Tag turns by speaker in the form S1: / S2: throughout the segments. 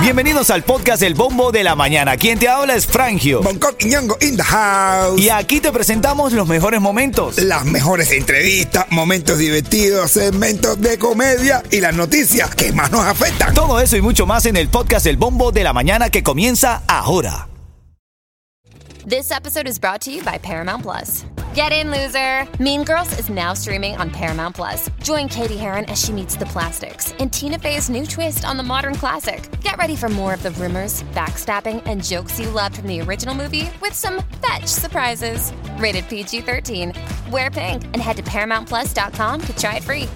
S1: Bienvenidos al podcast El Bombo de la Mañana. Quien te habla es Frangio.
S2: Bangkok y Ñongo in the house.
S1: Y aquí te presentamos los mejores momentos.
S2: Las mejores entrevistas, momentos divertidos, segmentos de comedia y las noticias que más nos afectan.
S1: Todo eso y mucho más en el podcast El Bombo de la Mañana que comienza ahora.
S3: This episode is brought to you by Paramount Plus. Get in, loser! Mean Girls is now streaming on Paramount Plus. Join Katie Heron as she meets the plastics in Tina Fey's new twist on the modern classic. Get ready for more of the rumors, backstabbing, and jokes you loved from the original movie with some fetch surprises. Rated PG 13. Wear pink and head to ParamountPlus.com to try it free.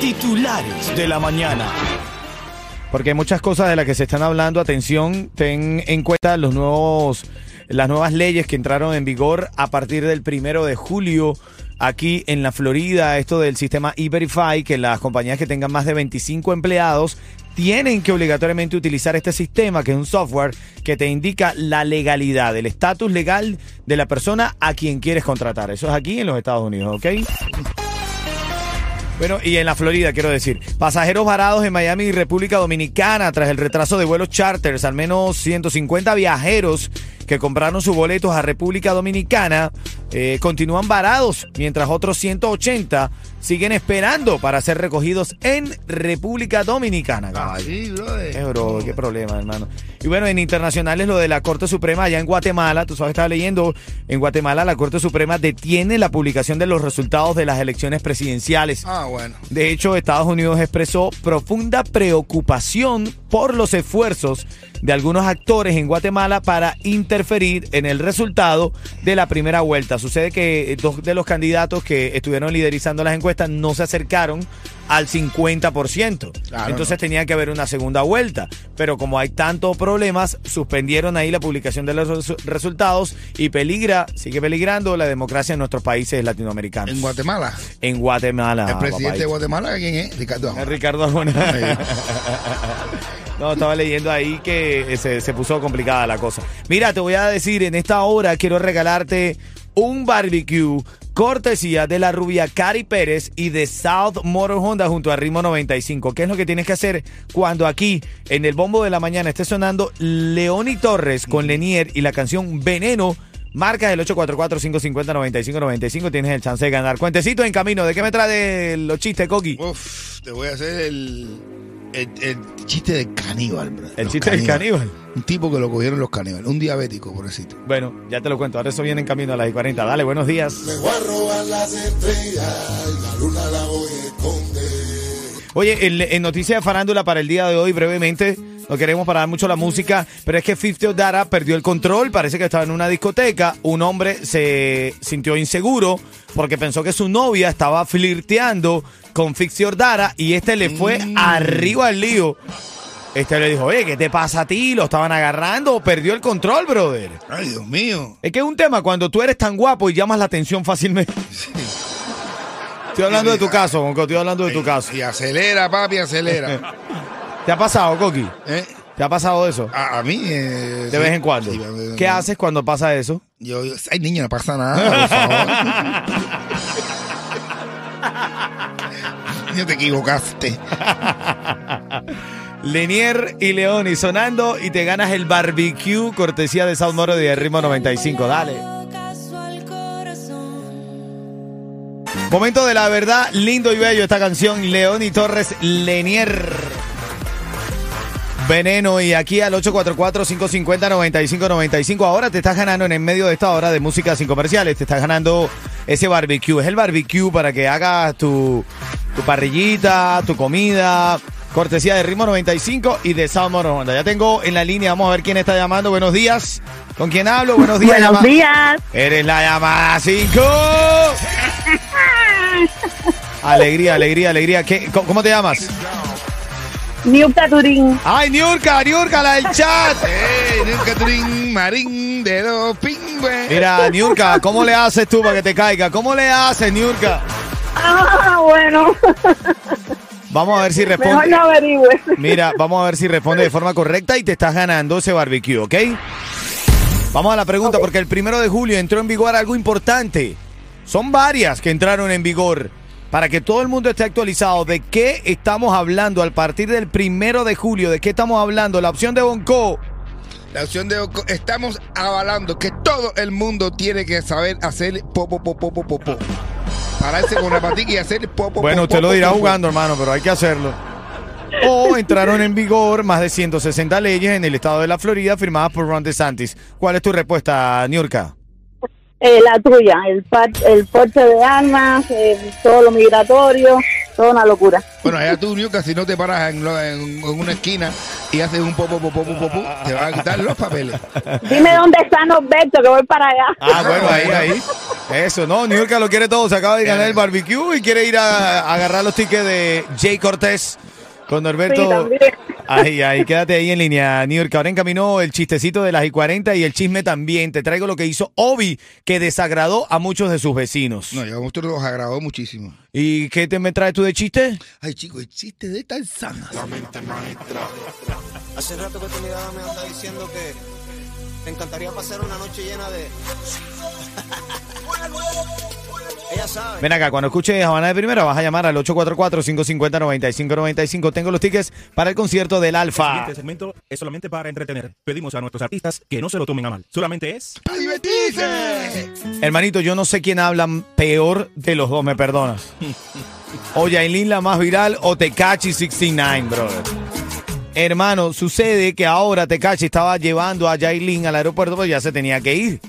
S1: Titulares de la Mañana. Porque hay muchas cosas de las que se están hablando. Atención, ten en cuenta los nuevos, las nuevas leyes que entraron en vigor a partir del primero de julio aquí en la Florida. Esto del sistema E-Verify, que las compañías que tengan más de 25 empleados tienen que obligatoriamente utilizar este sistema, que es un software que te indica la legalidad, el estatus legal de la persona a quien quieres contratar. Eso es aquí en los Estados Unidos, ¿ok? Bueno, y en la Florida, quiero decir. Pasajeros varados en Miami y República Dominicana tras el retraso de vuelos charters. Al menos 150 viajeros que compraron sus boletos a República Dominicana eh, continúan varados, mientras otros 180 siguen esperando para ser recogidos en República Dominicana.
S2: Ay, brother.
S1: Eh, bro, qué problema, hermano. Y bueno, en internacionales lo de la Corte Suprema allá en Guatemala, tú sabes, estaba leyendo, en Guatemala la Corte Suprema detiene la publicación de los resultados de las elecciones presidenciales.
S2: Ah, bueno.
S1: De hecho, Estados Unidos expresó profunda preocupación por los esfuerzos de algunos actores en Guatemala para interferir en el resultado de la primera vuelta. Sucede que eh, dos de los candidatos que estuvieron liderizando las encuestas no se acercaron al 50%.
S2: Claro,
S1: Entonces
S2: no.
S1: tenía que haber una segunda vuelta. Pero como hay tantos problemas, suspendieron ahí la publicación de los resu- resultados y peligra, sigue peligrando la democracia en nuestros países latinoamericanos.
S2: En Guatemala.
S1: En Guatemala.
S2: el presidente
S1: papaito.
S2: de Guatemala, ¿quién es? Ricardo Arjona.
S1: Eh, Ricardo Arjona.
S2: Sí.
S1: No, estaba leyendo ahí que eh, se, se puso complicada la cosa. Mira, te voy a decir, en esta hora quiero regalarte un barbecue cortesía de la rubia Cari Pérez y de South Motor Honda junto a Ritmo 95. ¿Qué es lo que tienes que hacer cuando aquí en el bombo de la mañana esté sonando Leoni Torres con Lenier y la canción Veneno? Marca el 844-550-9595. Tienes el chance de ganar. Cuentecito en camino. ¿De qué me trae los chistes, Coqui?
S2: Uf, te voy a hacer el, el, el chiste del caníbal, brother.
S1: El
S2: Los
S1: chiste del
S2: caníbales.
S1: caníbal.
S2: Un tipo que lo cogieron los caníbales. Un diabético, pobrecito.
S1: Bueno, ya te lo cuento. Ahora eso viene en camino a las 40. Dale, buenos días.
S4: voy a robar las estrellas y la luna la voy a esconder.
S1: Oye, en, en Noticias de Farándula para el día de hoy, brevemente, no queremos parar mucho la música, pero es que 50 O'Dara perdió el control. Parece que estaba en una discoteca. Un hombre se sintió inseguro porque pensó que su novia estaba flirteando con 50 O'Dara y este le fue arriba al lío. Este le dijo, oye, ¿qué te pasa a ti? ¿Lo estaban agarrando? Perdió el control, brother.
S2: Ay, Dios mío.
S1: Es que es un tema cuando tú eres tan guapo y llamas la atención fácilmente. Estoy hablando de tu caso, Coco, estoy hablando de tu caso.
S2: Eh, Y acelera, papi, acelera.
S1: ¿Te ha pasado, Coqui?
S2: ¿Eh?
S1: ¿Te ha pasado eso?
S2: A, a mí. eh,
S1: Ah, De vez en cuando.
S2: sí, eh,
S1: ¿Qué haces cuando pasa eso?
S2: Yo, yo- ay, niño, no pasa nada, por favor. niño, te equivocaste.
S1: Lenier y Leoni sonando y te ganas el barbecue cortesía de South Moro de Ritmo 95. Dale. Momento de la verdad, lindo y bello esta canción, León y Torres Lenier. Veneno y aquí al 844-550-9595. Ahora te estás ganando en el medio de esta hora de música sin comerciales, te estás ganando ese barbecue. Es el barbecue para que hagas tu, tu parrillita, tu comida. Cortesía de Ritmo 95 y de Sound Motor Honda. Ya tengo en la línea, vamos a ver quién está llamando. Buenos días. ¿Con quién hablo? Buenos días.
S5: Buenos
S1: llama-
S5: días.
S1: Eres la llamada 5. Alegría, alegría, alegría. ¿Qué- cómo, cómo te llamas?
S5: Niupta Turín.
S1: ¡Ay, Niurka, Niurka, la del chat!
S2: ¡Ey! Nunca trin, marín de los pingües.
S1: Mira, Niurka, ¿cómo le haces tú para que te caiga? ¿Cómo le haces, Niurka?
S5: Ah, bueno.
S1: Vamos a ver si
S5: Mejor
S1: responde.
S5: no averigües.
S1: Mira, vamos a ver si responde de forma correcta y te estás ganando ese barbecue, ¿ok? Vamos a la pregunta, porque el primero de julio entró en vigor algo importante. Son varias que entraron en vigor. para que todo el mundo esté actualizado de qué estamos hablando al partir del primero de julio, de qué estamos hablando, la opción de Bonco.
S2: La opción de Oco- estamos avalando que todo el mundo tiene que saber hacer popo popo popo popo. Pararse con la patica y hacer popo.
S1: Bueno,
S2: popo,
S1: usted lo
S2: popo,
S1: dirá
S2: popo.
S1: jugando, hermano, pero hay que hacerlo. O entraron en vigor más de 160 leyes en el estado de la Florida firmadas por Ron DeSantis. ¿Cuál es tu respuesta, Niurka?
S5: Eh, la tuya, el, par- el porte de armas, eh, todo lo migratorio, toda una locura.
S2: Bueno, allá tú, Niuca, si no te paras en, lo- en- en una esquina y haces un popo popo popo popo, te van a quitar los papeles.
S5: Dime dónde está Norberto, que voy para allá.
S1: Ah, bueno, ahí, Eh. ahí. Eso, no, Niurka lo quiere todo. Se acaba de ganar el barbecue y quiere ir a, a agarrar los tickets de Jay Cortés con
S5: Sí,
S1: Norberto.
S5: también.
S1: Ay, ay, quédate ahí en línea, Niurka. Ahora encaminó el chistecito de las y 40 y el chisme también. Te traigo lo que hizo Obi, que desagradó a muchos de sus vecinos.
S2: No, yo a vosotros los agradó muchísimo.
S1: ¿Y qué te me traes tú de chiste?
S2: Ay, chicos, el chiste de tan sana.
S6: Hace rato que tu mirada me anda diciendo que te encantaría pasar una noche llena de. Ella sabe.
S1: Ven acá, cuando escuches Habana de Primera vas a llamar al 844-550-9595. Tengo los tickets para el concierto del
S7: El
S1: Alfa.
S7: siguiente Este segmento es solamente para entretener. Pedimos a nuestros artistas que no se lo tomen a mal. Solamente es.
S2: ¡Para divertirse!
S1: Hermanito, yo no sé quién habla peor de los dos, me perdonas. O Yailin la más viral o Tecachi 69, brother. Hermano, sucede que ahora Tecachi estaba llevando a Yailin al aeropuerto porque ya se tenía que ir.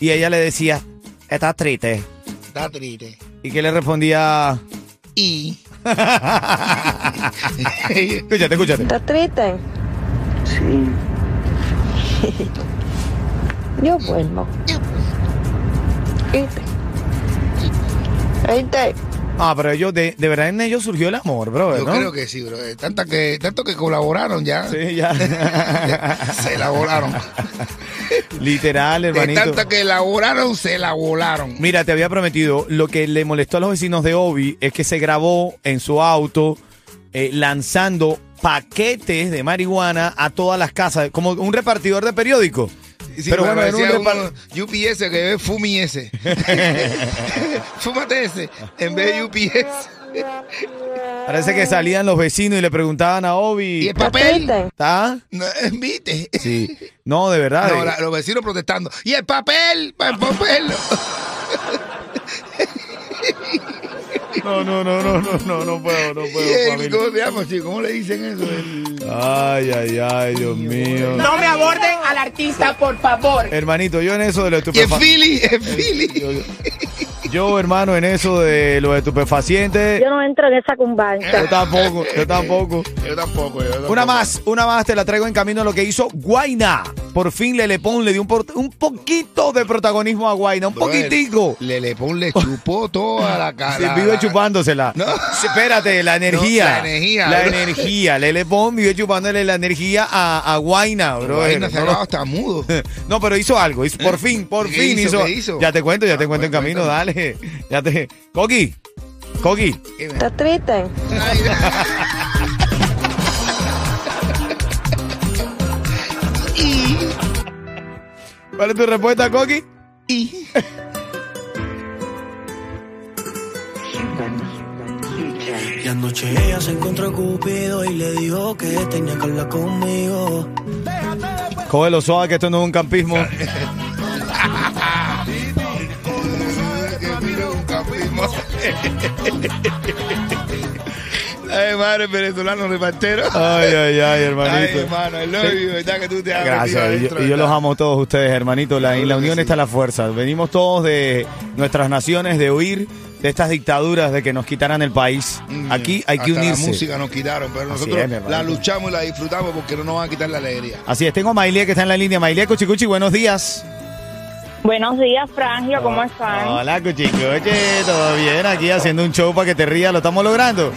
S1: Y ella le decía, estás triste.
S2: Está triste.
S1: Y que le respondía,
S2: Y.
S1: escúchate, escúchate.
S8: ¿Estás triste? Sí. Yo vuelvo. ¿Viste? ¿Viste?
S1: Ah, pero ellos, de, de verdad en ellos surgió el amor, brother,
S2: Yo
S1: ¿no?
S2: creo que sí, bro. Eh, Tanto que, tanto que colaboraron ya.
S1: Sí, ya.
S2: Se la volaron.
S1: Literal,
S2: De
S1: hermanito.
S2: tanto que elaboraron, se la volaron.
S1: Mira, te había prometido, lo que le molestó a los vecinos de Obi es que se grabó en su auto eh, lanzando paquetes de marihuana a todas las casas, como un repartidor de periódico.
S2: Sí,
S1: pero
S2: me
S1: bueno, era un
S2: parecía
S1: repar-
S2: un UPS que ve Fumi ese. Fúmate ese. En vez de UPS.
S1: Parece que salían los vecinos y le preguntaban a
S2: Y
S1: Obi,
S2: el
S8: ¿Estás
S2: papel.
S8: triste?
S1: ¿está?
S2: No, ¿Viste?
S1: Sí. No, de verdad.
S2: No,
S1: eh.
S2: la- los vecinos protestando. ¡Y el papel! ¡El papel!
S1: No, no, no, no, no, no, no puedo, no
S2: Y
S1: puedo.
S2: el-
S1: familia.
S2: ¿Cómo se llama, chico? ¿Cómo le dicen eso? El-
S1: Ay, ay, ay, Dios mío.
S9: No me aborden al artista, por favor.
S1: Hermanito, yo en eso de lo
S2: Y el
S1: estupefaciente.
S2: Philly, el Philly.
S1: Yo, hermano, en eso de los estupefacientes.
S5: Yo no entro en esa cumbancha.
S1: Yo tampoco, yo tampoco.
S2: Yo tampoco, yo tampoco.
S1: Una más, una más te la traigo en camino a lo que hizo Guaina. Por fin Lele Pons le dio un, por- un poquito de protagonismo a Guaina, un
S2: Brother,
S1: poquitico.
S2: Le le pon, le chupó toda la
S1: Se
S2: cara.
S1: vive
S2: la-
S1: chupándosela.
S2: No.
S1: Espérate, la energía.
S2: la energía,
S1: La
S2: bro.
S1: energía. Lele Pons vive chupándole la energía a, a Guaina, bro.
S2: Ay, no se ha
S1: No,
S2: acabado hasta mudo.
S1: no, pero hizo algo. hizo- por fin, por
S2: ¿Qué
S1: fin
S2: hizo?
S1: hizo.
S2: ¿Qué hizo?
S1: Ya te cuento, ya te
S2: Ah,
S1: cuento en
S2: bueno,
S1: camino, dale. Ya te. Coqui, Coqui.
S8: ¿Estás triste?
S1: ¿Cuál es tu respuesta, Coqui?
S6: Y anoche ella se encontró Cupido y le dijo que tenía que hablar conmigo.
S1: Cógelo suave, que esto no es un campismo.
S2: Ay, madre venezolano repartero.
S1: Ay, ay, ay,
S2: Ay,
S1: hermanito.
S2: hermano, I love you, ¿verdad que tú te has metido
S1: Gracias, y yo,
S2: adentro,
S1: y yo los
S2: verdad?
S1: amo a todos ustedes, hermanito. La, en la
S2: Seguro que
S1: unión
S2: sí.
S1: está la fuerza. Venimos todos de nuestras naciones, de huir de estas dictaduras, de que nos quitaran el país.
S2: Mm,
S1: Aquí hay que
S2: hasta
S1: unirse.
S2: La música nos quitaron, pero
S1: Así
S2: nosotros
S1: es, mi hermano.
S2: la luchamos y la disfrutamos porque no nos van a quitar la alegría.
S1: Así es, tengo a Mailía que está en la línea. Mailía Cuchicuchi, buenos días.
S5: Buenos días, Frangio, ¿cómo están?
S1: Hola, Cuchicuchi, todo bien. Aquí haciendo un show para que te rías, lo estamos logrando.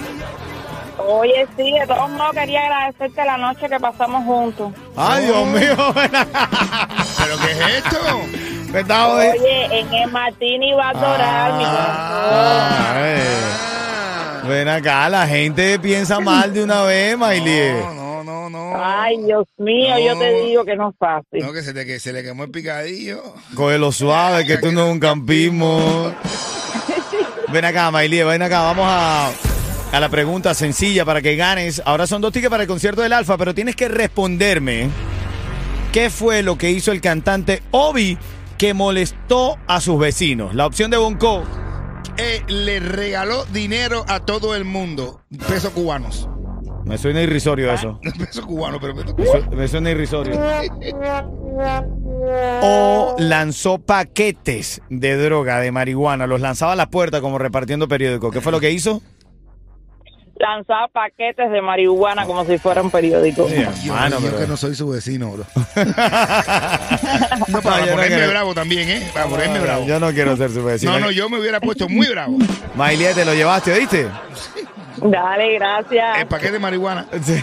S5: Oye, sí, de todos modos quería agradecerte la noche que pasamos juntos.
S1: Ay,
S2: No.
S1: Dios mío.
S2: ¿Pero qué es esto?
S1: Me estaba-
S5: Oye, en el Martini va a adorar mi corazón.
S1: Ah. Eh. Ay,
S2: Ah.
S1: Ven acá, la gente piensa mal de una vez, Mailía.
S2: No, no, no, no.
S5: Ay, Dios mío, yo te
S2: No.
S5: digo que no es fácil.
S2: No, que se, te, que se le quemó el picadillo.
S1: Cógelo suave, que tú no es un campismo. ven acá, Maylí, ven acá. Vamos a, a la pregunta sencilla para que ganes. Ahora son dos tickets para el concierto del Alfa, pero tienes que responderme qué fue lo que hizo el cantante Obi que molestó a sus vecinos. La opción de Bonco.
S2: Eh, le regaló dinero a todo el mundo. Pesos cubanos.
S1: Me suena irrisorio eso.
S2: Pesos cubanos, pero pesos
S1: Me
S2: cubanos.
S1: su- Me suena irrisorio. O lanzó paquetes de droga, de marihuana. Los lanzaba a la puerta como repartiendo periódicos. ¿Qué fue lo que hizo?
S5: Lanzaba paquetes de marihuana como si fueran periódicos.
S2: Yo,
S1: Mano,
S2: yo
S1: pero-
S2: que no soy su vecino, bro.
S1: No,
S2: No, para
S1: yo no
S2: ponerme
S1: quiero-
S2: bravo también, ¿eh? Para ponerme bravo.
S1: Yo no quiero ser su vecino.
S2: No, no, yo me hubiera puesto muy bravo. Eh,
S1: Mailía, te lo llevaste, ¿oíste?
S5: Dale, gracias.
S2: El paquete de marihuana.
S1: Sí.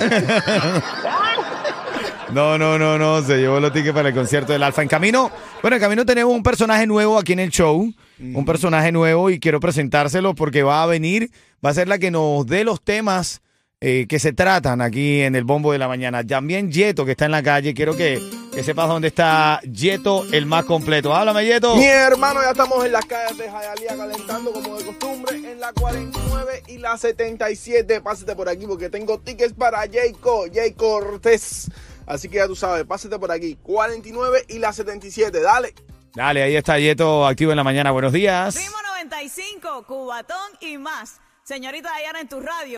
S1: No, no, no, no, se llevó los tickets para el concierto del Alfa. En camino, bueno, en camino tenemos un personaje nuevo aquí en el show, un personaje nuevo y quiero presentárselo porque va a venir, va a ser la que nos dé los temas eh, que se tratan aquí en el Bombo de la Mañana. También Yeto, que está en la calle, quiero que, que sepas dónde está Yeto, el más completo. Háblame, Yeto.
S10: Mi hermano, ya estamos en las calles de Jayalía calentando como de costumbre en la 49 y la 77. Pásate por aquí porque tengo tickets para Jayco, Jay Cortés. Así que ya tú sabes, pásate por aquí. 49 y la 77, dale.
S1: Dale, ahí está Yeto, activo en la mañana. Buenos días.
S11: Ritmo 95, Cubatón y más. Señorita Dayana en tu radio.